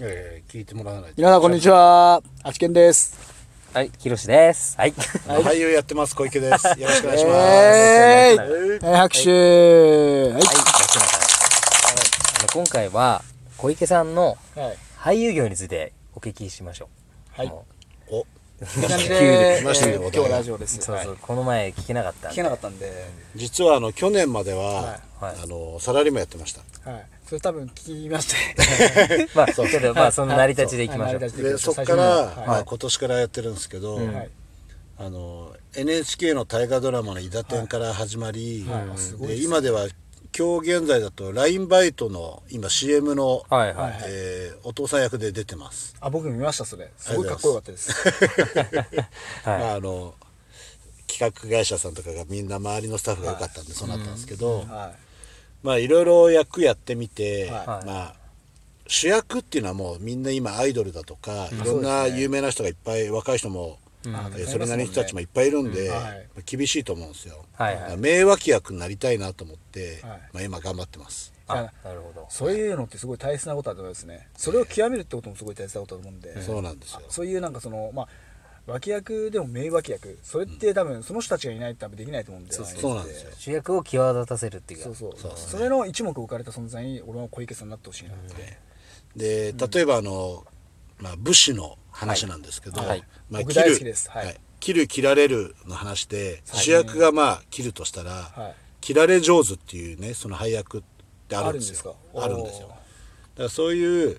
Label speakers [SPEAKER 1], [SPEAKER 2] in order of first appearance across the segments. [SPEAKER 1] えー聞いてもらわないと
[SPEAKER 2] 皆さんこんにちは。あちけんです。
[SPEAKER 3] はい、ひろしです。はい。
[SPEAKER 1] 俳優やってます小池です よろしくお願いします、
[SPEAKER 2] えーい、
[SPEAKER 1] えー
[SPEAKER 2] えー拍手。はい。
[SPEAKER 3] あの今回は、小池さんの
[SPEAKER 2] はい。
[SPEAKER 3] 俳優業についてお聞きしましょう。
[SPEAKER 2] はい
[SPEAKER 3] も
[SPEAKER 1] お
[SPEAKER 2] こんな感じで、
[SPEAKER 1] 来ましたね
[SPEAKER 2] えー
[SPEAKER 1] お題
[SPEAKER 2] 今
[SPEAKER 1] が
[SPEAKER 2] 日ラジオで
[SPEAKER 3] う
[SPEAKER 2] す。
[SPEAKER 3] そうそう、
[SPEAKER 2] はい
[SPEAKER 3] この前聞けなかったん
[SPEAKER 2] 聞
[SPEAKER 3] で。
[SPEAKER 2] けなかったんで、
[SPEAKER 1] 実はあの去年までは、
[SPEAKER 3] はいはい
[SPEAKER 1] あのサラリーマンやってました
[SPEAKER 2] はい。それ多分聞きました
[SPEAKER 3] まあ、ちょっと、まあ、その成り立ちでいきましょう。
[SPEAKER 1] でそっから、まあ、今年からやってるんですけど、
[SPEAKER 2] はい
[SPEAKER 1] あの NHK の大河ドラマの「伊達天」から始まり、
[SPEAKER 2] はいはいあすごいです
[SPEAKER 1] で
[SPEAKER 2] ね
[SPEAKER 1] 今では今日現在だと LINE バイトの今 CM の、
[SPEAKER 3] はいはいはい
[SPEAKER 1] えーお父さん役で出て ます、
[SPEAKER 2] あ、僕見ました、それ。すごいかっこよかったです。
[SPEAKER 3] はい
[SPEAKER 1] まああの企画会社さんとかがみんな周りのスタッフが良かったんでそうなったんですけど、
[SPEAKER 2] は
[SPEAKER 1] まあいろいろ役やってみて、
[SPEAKER 2] は
[SPEAKER 1] ま
[SPEAKER 2] い
[SPEAKER 1] あ主役っていうのはもうみんな今アイドルだとか、いろんな有名な人がいっぱい若い人も、えーそれなりの人たちもいっぱいいるんで、
[SPEAKER 2] うんはい
[SPEAKER 1] まあ厳しいと思うんですよ、
[SPEAKER 3] はいはい
[SPEAKER 1] まあ名脇役になりたいなと思って、
[SPEAKER 2] はい
[SPEAKER 1] まあ、今頑張ってます
[SPEAKER 3] あ
[SPEAKER 2] あ
[SPEAKER 3] なるほど。
[SPEAKER 2] そういうのってすごい大切なことだと思いますね。それを極めるってこともすごい大切なことだと思うんで。
[SPEAKER 1] そうなんですよ
[SPEAKER 2] そういうなんかそのまあ脇役でも名脇役それって多分その人たちがいないと多分できないと思うんで、
[SPEAKER 1] そうそうなんですよ
[SPEAKER 3] 主役を際立たせるっていうか。
[SPEAKER 2] そうそうそれの一目置かれた存在に俺は小池さんになってほしいなって、
[SPEAKER 1] で例えばあの、まあ、武士の話なんですけど、
[SPEAKER 3] はいはい
[SPEAKER 1] まあ、
[SPEAKER 2] 僕
[SPEAKER 1] 切
[SPEAKER 2] 大
[SPEAKER 1] る
[SPEAKER 2] 好きですはい
[SPEAKER 1] 切る切られるの話で、主役がまあ切るとしたら、
[SPEAKER 2] はい
[SPEAKER 1] 切られ上手っていうねその配役ってあるんですよ
[SPEAKER 2] あ
[SPEAKER 1] あ
[SPEAKER 2] る
[SPEAKER 1] る
[SPEAKER 2] ん
[SPEAKER 1] ん
[SPEAKER 2] で
[SPEAKER 1] ですす
[SPEAKER 2] か
[SPEAKER 1] よだからそういう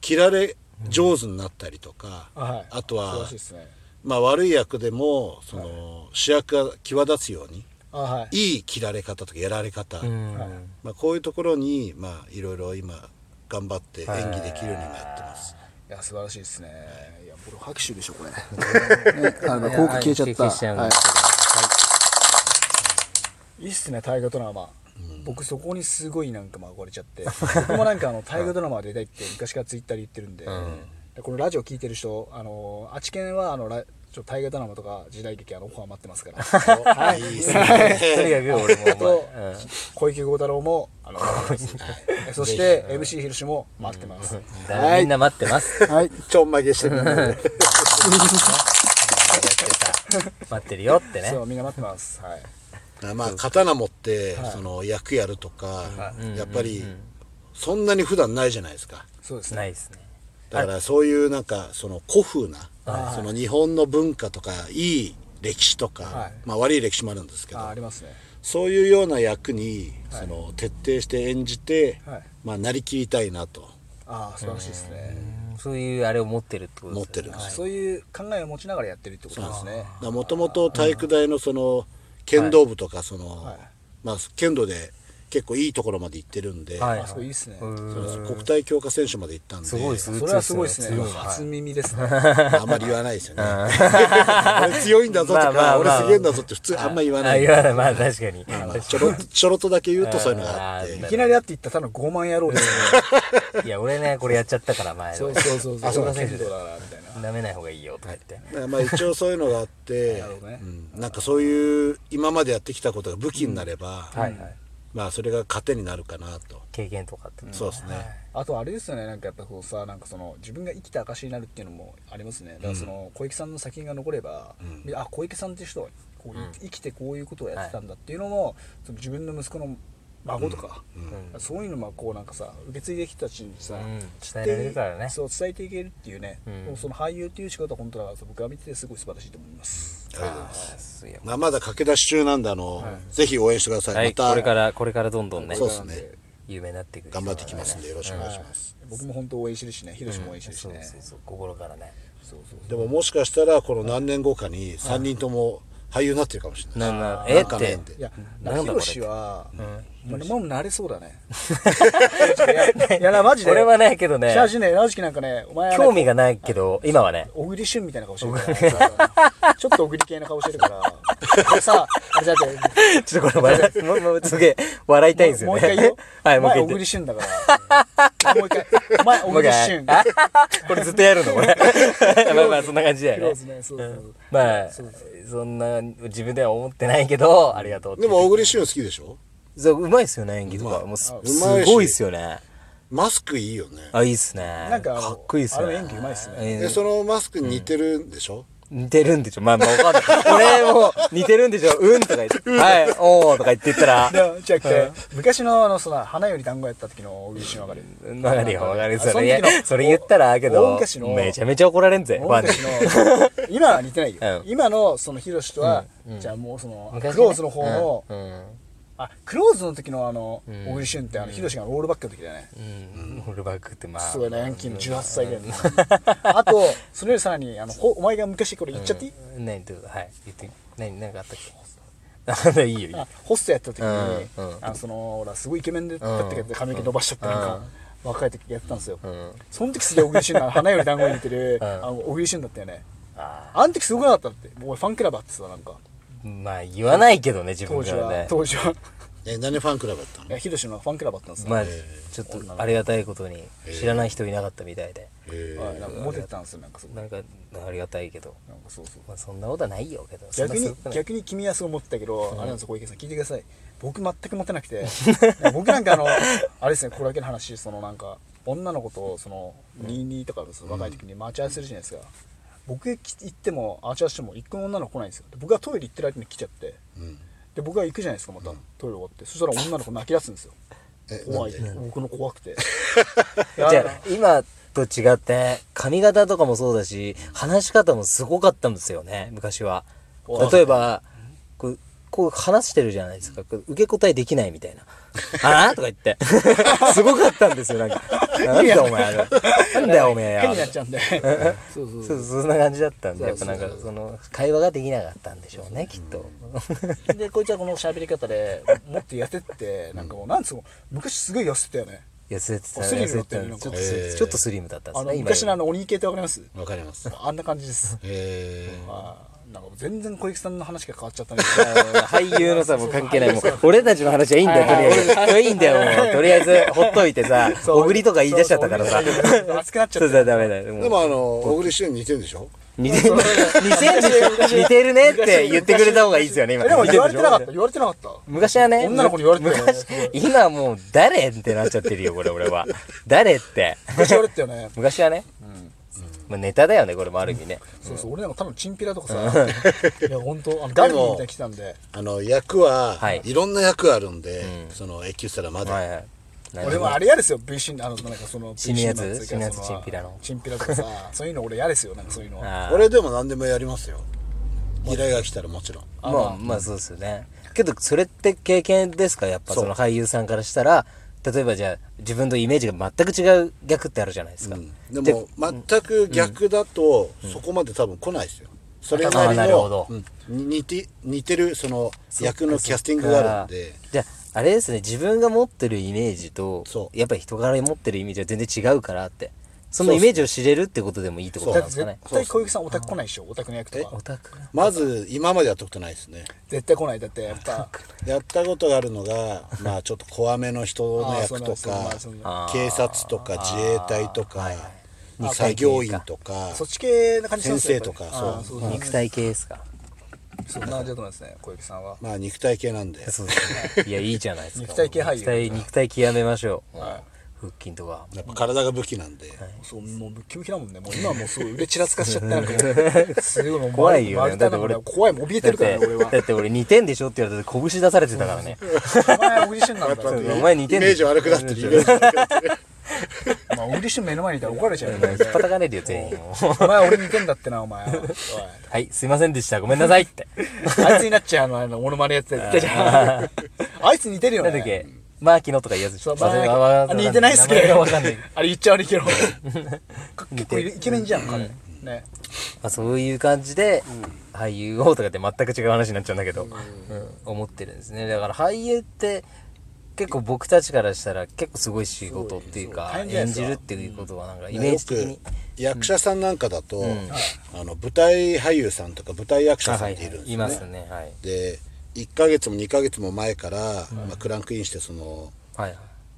[SPEAKER 1] 切られ上手になったりとか、
[SPEAKER 2] はい
[SPEAKER 1] あとは
[SPEAKER 2] 詳しいですね
[SPEAKER 1] まあ、悪い役でもその、主役が際立つように
[SPEAKER 2] あはい
[SPEAKER 1] いい切られ方とかやられ方、
[SPEAKER 3] うん。
[SPEAKER 2] はい
[SPEAKER 1] まあ、こういうところに、まあ、いろいろ今頑張って演技できるようにもやってます。
[SPEAKER 2] いや素晴らしいですねいやこれ拍手でしょ これ
[SPEAKER 3] あの、効果消えちゃった。消えちゃうんです
[SPEAKER 2] いいっすね大河ドラマ、僕そこにすごいなんか憧れちゃって 僕もなんかあの大河ドラマ出たいって昔からツイッターで言ってるんで、でこのラジオ聞いてる人あのあちけんはあのラちょ大河ドラマとか時代劇あのオファー待ってますから
[SPEAKER 1] はい、いいですね。
[SPEAKER 3] けどとにかく俺も、
[SPEAKER 2] と
[SPEAKER 3] まあうん
[SPEAKER 2] 小池剛太郎もあのそして MC ひろしも待ってます、
[SPEAKER 3] だみんな待ってます。
[SPEAKER 2] はい
[SPEAKER 1] ちょんまげしてるんで。
[SPEAKER 3] 待ってるよってね
[SPEAKER 2] そ。うみんな待ってますはい
[SPEAKER 1] まあ刀持って、その役やるとか、やっぱり、そんなに普段ないじゃないですか。
[SPEAKER 2] そうですね
[SPEAKER 3] ないですね。
[SPEAKER 1] だからそういうなんかその古風な、その日本の文化とかいい歴史とか、
[SPEAKER 2] はい
[SPEAKER 1] まあ悪い歴史もあるんですけど
[SPEAKER 2] あありますね
[SPEAKER 1] そういうような役に、その徹底して演じて、
[SPEAKER 2] はい
[SPEAKER 1] まあなりきりたいなと
[SPEAKER 2] ああ素晴らしいですね
[SPEAKER 3] うんそういうあれを持ってるってことですよね
[SPEAKER 1] 持ってるんですよ
[SPEAKER 2] そういう考えを持ちながらやってるってことですね
[SPEAKER 1] もともと体育大のその剣道部とかその、
[SPEAKER 2] はい
[SPEAKER 1] まあ、剣道で結構いいところまで行ってるんで、
[SPEAKER 3] はい
[SPEAKER 2] あそこいいですね
[SPEAKER 3] うん
[SPEAKER 1] そうです国体強化選手まで行ったんで、
[SPEAKER 3] すごいですね
[SPEAKER 2] それはすごいですね
[SPEAKER 3] 強い はい
[SPEAKER 2] 初耳ですね
[SPEAKER 1] あんまり言わない ですよね。俺強いんだぞと
[SPEAKER 3] ま
[SPEAKER 1] か、
[SPEAKER 3] あまあまあ
[SPEAKER 1] 俺すげえんだぞって普通あんま言わな
[SPEAKER 3] あ
[SPEAKER 1] い。
[SPEAKER 3] 言わないまあ確かに
[SPEAKER 1] まあちょろっとちょろっとだけ言うとそういうのがあっ
[SPEAKER 3] あ
[SPEAKER 1] て
[SPEAKER 3] ー
[SPEAKER 2] いきなり会って言ったらただの傲慢野郎ですね
[SPEAKER 3] いや俺ねこれやっちゃったから前
[SPEAKER 2] そうそうそうそう
[SPEAKER 3] あそうなんです
[SPEAKER 2] 剣道だなみたいな
[SPEAKER 3] 舐めない方がいいよとか言って
[SPEAKER 1] だからまあ一応そういうのがあって、
[SPEAKER 2] なるほどね
[SPEAKER 1] うんなんかそういう今までやってきたことが武器になれば、
[SPEAKER 2] はいはい
[SPEAKER 1] まあそれが糧になるかなと、
[SPEAKER 3] 経験とかって
[SPEAKER 1] そうですね、
[SPEAKER 2] あとあれですよねなんかやっぱこうさなんかその自分が生きた証になるっていうのもありますねだからその小池さんの作品が残れば、であ小池さんっていう人はこう、生きてこういうことをやってたんだっていうのも、その自分の息子の孫とか、そういうのもこうなんかさ受け継いできた人にさ、
[SPEAKER 3] うん
[SPEAKER 2] 知
[SPEAKER 3] 伝
[SPEAKER 2] っ
[SPEAKER 3] え
[SPEAKER 2] て
[SPEAKER 3] られるからね
[SPEAKER 2] そう伝えていけるっていうね、
[SPEAKER 3] うん
[SPEAKER 2] その俳優っていう仕事は本当だから僕は見ててすごい素晴らしいと思います、
[SPEAKER 1] ありがとうございます
[SPEAKER 3] すよ
[SPEAKER 1] まあまだ駆け出し中なんであの、ぜひ応援してください、
[SPEAKER 3] はい
[SPEAKER 1] また
[SPEAKER 3] これからこれからどんどんね
[SPEAKER 1] そうですね
[SPEAKER 3] 有名になっていく
[SPEAKER 1] 頑張ってきますんで
[SPEAKER 3] ね
[SPEAKER 1] よろしくお願いします、
[SPEAKER 2] 僕も本当応援してるしねヒロシも応援してるし
[SPEAKER 3] そう
[SPEAKER 2] ね、
[SPEAKER 3] そうそう心からね
[SPEAKER 2] そうそう
[SPEAKER 1] でももしかしたらこの何年後かに3人とも俳優になってるかもしれない、
[SPEAKER 3] なんなん
[SPEAKER 1] あー
[SPEAKER 3] えっ
[SPEAKER 1] なんかね
[SPEAKER 3] て
[SPEAKER 2] いや、
[SPEAKER 3] な
[SPEAKER 2] な
[SPEAKER 3] んだ
[SPEAKER 2] ひ
[SPEAKER 3] こ
[SPEAKER 2] ろ
[SPEAKER 3] れ
[SPEAKER 2] しは、もうもう慣れそうだね。 いやいや、なマジで。
[SPEAKER 3] 俺はねけどね
[SPEAKER 2] しかしね、直樹なんかね、お前はね
[SPEAKER 3] 興味がないけど今はね
[SPEAKER 2] 小栗旬みたいな顔してる から、ちょっと小栗系な顔してるから、これさ、あれだって、
[SPEAKER 3] ちょっとこれ笑い もうもうすげえ笑いたいんです
[SPEAKER 2] も
[SPEAKER 3] よ
[SPEAKER 2] う
[SPEAKER 3] ね。
[SPEAKER 2] 一回言おう
[SPEAKER 3] はい
[SPEAKER 2] お
[SPEAKER 3] もう一
[SPEAKER 2] 前小
[SPEAKER 3] 回言っ
[SPEAKER 2] 栗旬だから。もう一回。お前
[SPEAKER 3] て
[SPEAKER 2] 小
[SPEAKER 3] もう一
[SPEAKER 2] 栗
[SPEAKER 3] 回
[SPEAKER 2] 旬。
[SPEAKER 3] あこれずっと やるのこれまあまあそんな感じだ
[SPEAKER 2] そうで
[SPEAKER 3] よね
[SPEAKER 2] すね、そうそうそう。
[SPEAKER 3] まあ
[SPEAKER 2] そう
[SPEAKER 3] そんな自分では思ってないけどありがとうって
[SPEAKER 1] でも小栗旬好きでしょ
[SPEAKER 3] そううまいっすよね演技とか
[SPEAKER 1] うまい
[SPEAKER 3] もうす
[SPEAKER 1] あうまいし
[SPEAKER 3] すごいっすよね
[SPEAKER 1] マスクいいよね
[SPEAKER 3] あ、いいっすね。
[SPEAKER 2] なんかあの
[SPEAKER 3] かっこいいっすね。
[SPEAKER 2] あれ演技うまいっすね
[SPEAKER 3] えー
[SPEAKER 1] えそのマスク似てるんでしょ、
[SPEAKER 3] 似てるんでしょま あまあわかんない。俺も似てるんでしょうんとか言って、はい、おーとか言ってったら、
[SPEAKER 2] でもじゃなくて昔のあのその花より団子やった時のウィシュわかる
[SPEAKER 3] わかるよ、わかるよ。
[SPEAKER 2] あ
[SPEAKER 3] そ
[SPEAKER 2] の
[SPEAKER 3] れ、い
[SPEAKER 2] 時
[SPEAKER 3] や
[SPEAKER 2] の
[SPEAKER 3] それ言ったら、け
[SPEAKER 2] 大
[SPEAKER 3] ど
[SPEAKER 2] 昔の、
[SPEAKER 3] めちゃめちゃ怒られんぜ、フ
[SPEAKER 2] 大
[SPEAKER 3] ァンに
[SPEAKER 2] 昔の 今は似てないよ、
[SPEAKER 3] うん
[SPEAKER 2] 今のそのヒロシとは、
[SPEAKER 3] うんうん
[SPEAKER 2] じゃあもうその、
[SPEAKER 3] 昔ね
[SPEAKER 2] クローズの方の、
[SPEAKER 3] うん
[SPEAKER 2] あクローズの時のあの
[SPEAKER 3] うん
[SPEAKER 2] 小栗旬ってあのヒロシがロールバックの時だよね、
[SPEAKER 3] うん。オールバックってまあ。
[SPEAKER 2] すごいねヤンキーの18歳ぐらいの、 あとそれよりさらにあのほお前が昔これ言っちゃっていい、
[SPEAKER 3] うん何とはい言って何何かあった っけいいよいいよ
[SPEAKER 2] あホストやった時に、
[SPEAKER 3] うんうん
[SPEAKER 2] あのそのほらすごいイケメンでだったけど髪の毛伸ばしちゃってなんか、若い時やってたんですよ、
[SPEAKER 3] うん
[SPEAKER 2] その時すげえ小栗旬が花より団子に似てる、
[SPEAKER 3] うん
[SPEAKER 2] あの小栗旬だったよね
[SPEAKER 3] あ
[SPEAKER 2] あの時すごくなかったってもうファンクラブあってさなんか
[SPEAKER 3] ーまあ言わないけどね自分
[SPEAKER 2] 当
[SPEAKER 3] か
[SPEAKER 2] 時
[SPEAKER 3] ら
[SPEAKER 2] は、
[SPEAKER 3] ね
[SPEAKER 2] 当時は
[SPEAKER 1] え何でファンクラブやったの
[SPEAKER 2] いやヒロシのファンクラブあったんですよ、
[SPEAKER 3] まあ
[SPEAKER 1] え
[SPEAKER 3] ちょっとありがたいことに知らない人いなかったみたいで
[SPEAKER 1] え
[SPEAKER 2] はいなんかモテてたんですよなんかそうな
[SPEAKER 3] なんんかありがたいけど
[SPEAKER 2] かそうそう
[SPEAKER 3] まあそんなことはないよけどそんな
[SPEAKER 2] 逆
[SPEAKER 3] す
[SPEAKER 2] に
[SPEAKER 3] ごくない
[SPEAKER 2] 逆に君はそう思ってたけど、あれなんですよ小池さん聞いてください僕全くモテな くて僕なんかあのあれですねこれだけの話そのなんか女の子とその22とかのその若い時に待ち合わせするじゃないですか、僕へ行っても待ち合わせしても一個も女の子来ないんですよで僕がトイレ行ってる間に来ちゃって
[SPEAKER 1] うん
[SPEAKER 2] で僕が行くじゃないですかまた、トイレ終わってそしたら女の子泣き出すんですよ
[SPEAKER 1] え
[SPEAKER 2] 怖い
[SPEAKER 1] なんで
[SPEAKER 2] 僕の怖く て
[SPEAKER 3] じゃあ今と違って髪型とかもそうだし話し方もすごかったんですよね昔は
[SPEAKER 2] お
[SPEAKER 3] 例えばこうこう話してるじゃないですかこう受け答えできないみたいな「ああ?」とか言って すごかったんですよなんか「なんだよお前あれなんだよお前
[SPEAKER 2] 変になっち
[SPEAKER 3] や
[SPEAKER 2] ゃうんで そうそう」
[SPEAKER 3] そうそんな感じだったんでやっぱなん
[SPEAKER 2] そ
[SPEAKER 3] か
[SPEAKER 2] うそう
[SPEAKER 3] その会話ができなかったんでしょうねきっと
[SPEAKER 2] でこいつはこの喋り方でもっと痩せってなんかもうなんつうの昔すごい痩せてたよね
[SPEAKER 3] 痩せてた
[SPEAKER 2] あスリム
[SPEAKER 3] 痩
[SPEAKER 2] だ
[SPEAKER 3] せ
[SPEAKER 2] った
[SPEAKER 3] て
[SPEAKER 2] よ
[SPEAKER 3] た
[SPEAKER 2] ね
[SPEAKER 3] ちょっと
[SPEAKER 1] なんか
[SPEAKER 3] ちょっとスリムだったんで
[SPEAKER 2] あ
[SPEAKER 3] す
[SPEAKER 2] の
[SPEAKER 3] ね今
[SPEAKER 2] 昔のあの鬼系ってわかります
[SPEAKER 1] わかります
[SPEAKER 2] あんな感じ です
[SPEAKER 1] えー
[SPEAKER 2] あーなんか全然小池さんの話が変わっちゃったね
[SPEAKER 3] 俳優のさ、もう関係ない。もう、俺たちの話はいいんだよ、とりあえず。いいんだよ、もう。とりあえず、ほっといてさ、
[SPEAKER 2] そう
[SPEAKER 3] おぐりとか言い出しちゃったからさ。
[SPEAKER 2] 熱くなっち
[SPEAKER 3] そ
[SPEAKER 2] ゃ
[SPEAKER 3] う
[SPEAKER 2] っ
[SPEAKER 3] だ、
[SPEAKER 2] た
[SPEAKER 3] ダメだよ。も
[SPEAKER 1] で
[SPEAKER 3] う
[SPEAKER 1] もあの小栗旬似てるんでしょ
[SPEAKER 3] 似てる、似てるでしょ似てるねって言ってくれた方がいいですよね、今。
[SPEAKER 2] えでも言われてなかった
[SPEAKER 3] 似るでしょ
[SPEAKER 2] 言われてなかった
[SPEAKER 3] 昔はね。
[SPEAKER 2] 女の子に言われてたよね
[SPEAKER 3] 昔今もう、誰ってなっちゃってるよ、これ、俺は。誰って。
[SPEAKER 2] 昔言われてたよね
[SPEAKER 3] 昔はね。まあネタだよね、これもある意味ね。
[SPEAKER 2] そうそう俺なんか多分チンピラとかさいや本当あのガルミみたいに来たんで
[SPEAKER 1] あの役は、
[SPEAKER 3] はい
[SPEAKER 1] い、ろんな役あるんで、
[SPEAKER 3] うん
[SPEAKER 1] そのエキストラまで、
[SPEAKER 3] はいはい。
[SPEAKER 2] 俺もあれ嫌ですよ V シンあのなんかその
[SPEAKER 3] 死ぬやつ
[SPEAKER 2] V シンっていうか
[SPEAKER 3] 死ぬやつ
[SPEAKER 2] その
[SPEAKER 3] チンピラの
[SPEAKER 2] チンピラとかさそういうの俺嫌ですよなんかそういうの
[SPEAKER 3] あー
[SPEAKER 1] 俺でも何でもやりますよ依頼が来たらもちろん
[SPEAKER 2] あ
[SPEAKER 3] まあまあそうですよね。けどそれって経験ですかやっぱその俳優さんからしたら例えばじゃあ自分とイメージが全く違う逆ってあるじゃないですか。
[SPEAKER 1] うんでも全く逆だと、そこまで多分来ないですよそれなり
[SPEAKER 3] あなるほ
[SPEAKER 1] の
[SPEAKER 3] ど、
[SPEAKER 1] うん似て似てるその
[SPEAKER 3] そっか
[SPEAKER 1] 役のキャスティングがあるんで
[SPEAKER 3] そっかじゃああれですね自分が持ってるイメージと
[SPEAKER 1] そう
[SPEAKER 3] やっぱり人から持ってるイメージは全然違うからってそのイメージを知れるってことでもいいってこと
[SPEAKER 2] だ
[SPEAKER 3] なん
[SPEAKER 2] って
[SPEAKER 3] ですか
[SPEAKER 2] 絶
[SPEAKER 3] ね。
[SPEAKER 2] 対小池さんオタク来ないでしょオタクの役とか
[SPEAKER 3] オタクな
[SPEAKER 1] まず今までやったことないですね
[SPEAKER 2] 絶対来ないだってやっぱ
[SPEAKER 1] やったことがあるのがまあちょっと怖めの人の役と
[SPEAKER 2] あ
[SPEAKER 1] か
[SPEAKER 2] ーそうなんです
[SPEAKER 3] あー
[SPEAKER 1] 警察とか自衛隊とか
[SPEAKER 3] い
[SPEAKER 1] 作業員とか
[SPEAKER 2] そっち系な感じしますよ
[SPEAKER 1] 先生とか
[SPEAKER 2] やっぱりあー
[SPEAKER 1] そ
[SPEAKER 2] そうそう
[SPEAKER 3] 肉体系ですか。
[SPEAKER 2] そんな感じだと思いますね小池さんは
[SPEAKER 1] まあ肉体系なんで
[SPEAKER 3] そうですね。いやいいじゃないですか。
[SPEAKER 2] 肉体系俳優
[SPEAKER 3] 肉体肉体極めましょう。
[SPEAKER 2] は
[SPEAKER 3] 腹筋とか。
[SPEAKER 1] やっぱ体が武器なんで、
[SPEAKER 2] そうもうムッキムキだもんねもう今はもう すごい腕ちらつかしちゃってなんかすごいもう
[SPEAKER 3] 怖いよね
[SPEAKER 2] 丸太だもん
[SPEAKER 3] だって俺
[SPEAKER 2] 怖いもう怯えてるからね俺
[SPEAKER 3] だ
[SPEAKER 2] は
[SPEAKER 3] って俺似てんでしょって言われて拳出されてたから ね。
[SPEAKER 2] お前は小栗旬なんだ
[SPEAKER 3] そう
[SPEAKER 1] ね
[SPEAKER 3] お前似てん
[SPEAKER 1] イ
[SPEAKER 3] だ
[SPEAKER 1] メージ悪くなっ てるイメージ悪くなってる
[SPEAKER 2] まあ小栗旬目の前にいたら怒られちゃうよね
[SPEAKER 3] 引っ叩かねえでよ、全員を。
[SPEAKER 2] お前俺似てんだってなお前はおい
[SPEAKER 3] はい、すいませんでした。ごめんなさいって。
[SPEAKER 2] あいつになっちゃうあのあのモノマネやって たじゃん あいつ似てるよ
[SPEAKER 3] な
[SPEAKER 2] ね
[SPEAKER 3] んだっけ、マーキノとか言うやつ。
[SPEAKER 2] そう
[SPEAKER 3] 忘れ
[SPEAKER 2] ま
[SPEAKER 3] わ
[SPEAKER 2] あ
[SPEAKER 3] わわ
[SPEAKER 2] 似てないっす
[SPEAKER 3] 名
[SPEAKER 2] ね
[SPEAKER 3] 前がわかんない。
[SPEAKER 2] あれ言っちゃ悪い けど結構
[SPEAKER 3] てる
[SPEAKER 2] イケメンじゃん彼ね
[SPEAKER 3] まあ、そういう感じで、俳優をとかって全く違う話になっちゃうんだけど、うん思ってるんですね。だから俳優って、結構僕たちからしたら結構すごい仕事っていうか
[SPEAKER 2] すごい大変じゃない
[SPEAKER 3] 演
[SPEAKER 2] です
[SPEAKER 3] じ
[SPEAKER 2] か
[SPEAKER 3] るっていうことはなんかイメー
[SPEAKER 1] よ
[SPEAKER 3] ジ的に
[SPEAKER 1] く役者さんなんかだと、あの舞台俳優さんとか舞台役者
[SPEAKER 3] あ
[SPEAKER 1] さ
[SPEAKER 3] は
[SPEAKER 1] んっ
[SPEAKER 3] い
[SPEAKER 1] ているんです
[SPEAKER 3] い
[SPEAKER 1] よ
[SPEAKER 3] ますねはい
[SPEAKER 1] で1ヶ月も2ヶ月も前から、まあ、クランクインしてその
[SPEAKER 3] はい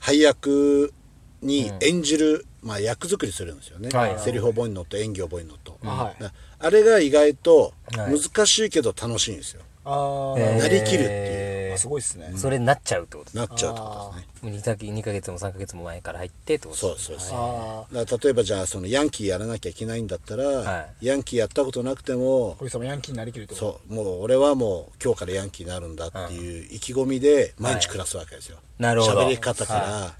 [SPEAKER 1] 配役に演じる、まあ、役作りするんですよね、
[SPEAKER 3] はい
[SPEAKER 1] セリフ覚えるのと演技覚えるのと、
[SPEAKER 2] はい
[SPEAKER 1] だあれが意外と
[SPEAKER 3] はい
[SPEAKER 1] 難しいけど楽しいんですよ、
[SPEAKER 2] ああ、
[SPEAKER 3] えー
[SPEAKER 1] なりきるっていう
[SPEAKER 2] あすごいっすね、
[SPEAKER 3] それになっちゃうってこと
[SPEAKER 1] なっちゃうってことですね
[SPEAKER 3] もう2か2ヶ月も3ヶ月も前から入ってってこと
[SPEAKER 1] そうそうそう、
[SPEAKER 2] あ
[SPEAKER 1] だから例えばじゃあそのヤンキーやらなきゃいけないんだったら、
[SPEAKER 3] は
[SPEAKER 1] ヤンキーやったことなくても
[SPEAKER 2] あ小池さんもヤンキーになりきるってこと
[SPEAKER 1] そうもう俺はもう今日からヤンキーになるんだっていう意気込みで毎日暮らすわけですよ、
[SPEAKER 3] なるほど
[SPEAKER 1] 喋り方から、
[SPEAKER 2] はい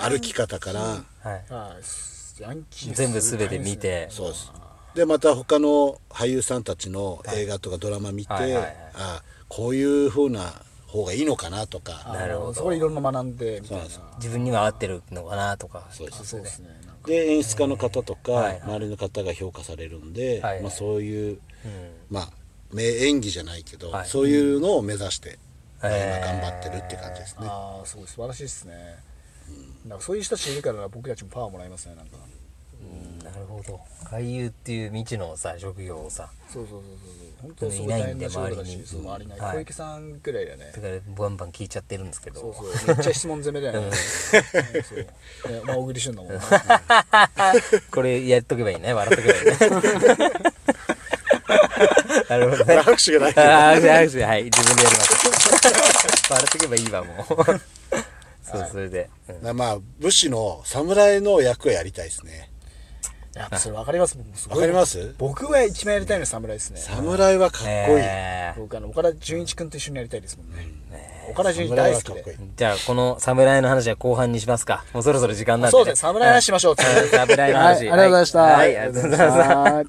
[SPEAKER 1] 歩き方から、
[SPEAKER 3] はい、
[SPEAKER 2] はいすヤンキー
[SPEAKER 3] 全部全て見て
[SPEAKER 1] そうですでまた他の俳優さんたちの映画とかドラマ見て、
[SPEAKER 3] はいはいはいはい
[SPEAKER 1] あこういう風な方がいいのかなとか
[SPEAKER 3] なるほど
[SPEAKER 2] そこいろんな学んでみたいな
[SPEAKER 1] そう
[SPEAKER 2] あ
[SPEAKER 3] 自分には合ってるのかなとか
[SPEAKER 1] そうです
[SPEAKER 2] そうですねなんか
[SPEAKER 1] で演出家の方とか、
[SPEAKER 3] はい
[SPEAKER 1] 周りの方が評価されるんで、
[SPEAKER 3] はいはい
[SPEAKER 1] まあ、そういう、
[SPEAKER 3] うん
[SPEAKER 1] まあ名演技じゃないけど、
[SPEAKER 3] はい
[SPEAKER 1] そういうのを目指して、
[SPEAKER 3] う
[SPEAKER 1] ま
[SPEAKER 3] ん
[SPEAKER 1] あ
[SPEAKER 3] へー
[SPEAKER 1] 今頑張ってるって感じですね。
[SPEAKER 2] ああすごい素晴らしいですね、なんかそういう人たちいるから僕たちもパワーもらいますねなんか
[SPEAKER 3] なるほど俳優っていう未知のさ職業をさ
[SPEAKER 2] そうそうそうそう本当すごい大変な仕事だ
[SPEAKER 3] いないん
[SPEAKER 2] し
[SPEAKER 3] で
[SPEAKER 2] そう周りない
[SPEAKER 3] はい
[SPEAKER 2] 小池さんくらいだね
[SPEAKER 3] だからバンバン聞いちゃってるんですけど
[SPEAKER 2] そうそうめっちゃ質問攻めだよねうんそうねまあ大喜利してんだもんね
[SPEAKER 3] これやっとけばいいね笑っとけばいいね なるほどね
[SPEAKER 1] 拍手がないけど
[SPEAKER 3] ああ、拍手、はい、自分でやります。笑っとけばいいわ、も う。そう、それで。うん
[SPEAKER 1] なまあ武士の侍の役をやりたいですね
[SPEAKER 2] やっぱそれ分かります僕もすごい
[SPEAKER 1] わかります
[SPEAKER 2] 僕は一番やりたいのは侍ですね
[SPEAKER 1] 侍はかっこいい、
[SPEAKER 3] え
[SPEAKER 2] 僕あの岡田准一君と一緒にやりたいですもんね岡田准一
[SPEAKER 1] 侍
[SPEAKER 2] 大
[SPEAKER 1] はか
[SPEAKER 2] 好き
[SPEAKER 1] っこい
[SPEAKER 2] で
[SPEAKER 1] い
[SPEAKER 3] ーじゃあ、この侍の話は後半にしますか。もうそろそろ時間なんで、
[SPEAKER 2] そ
[SPEAKER 3] ね。
[SPEAKER 2] うですね侍の話しましょう
[SPEAKER 3] はい侍の話。
[SPEAKER 2] はいありがとうございました
[SPEAKER 3] はい、ありがとうございました。
[SPEAKER 2] はい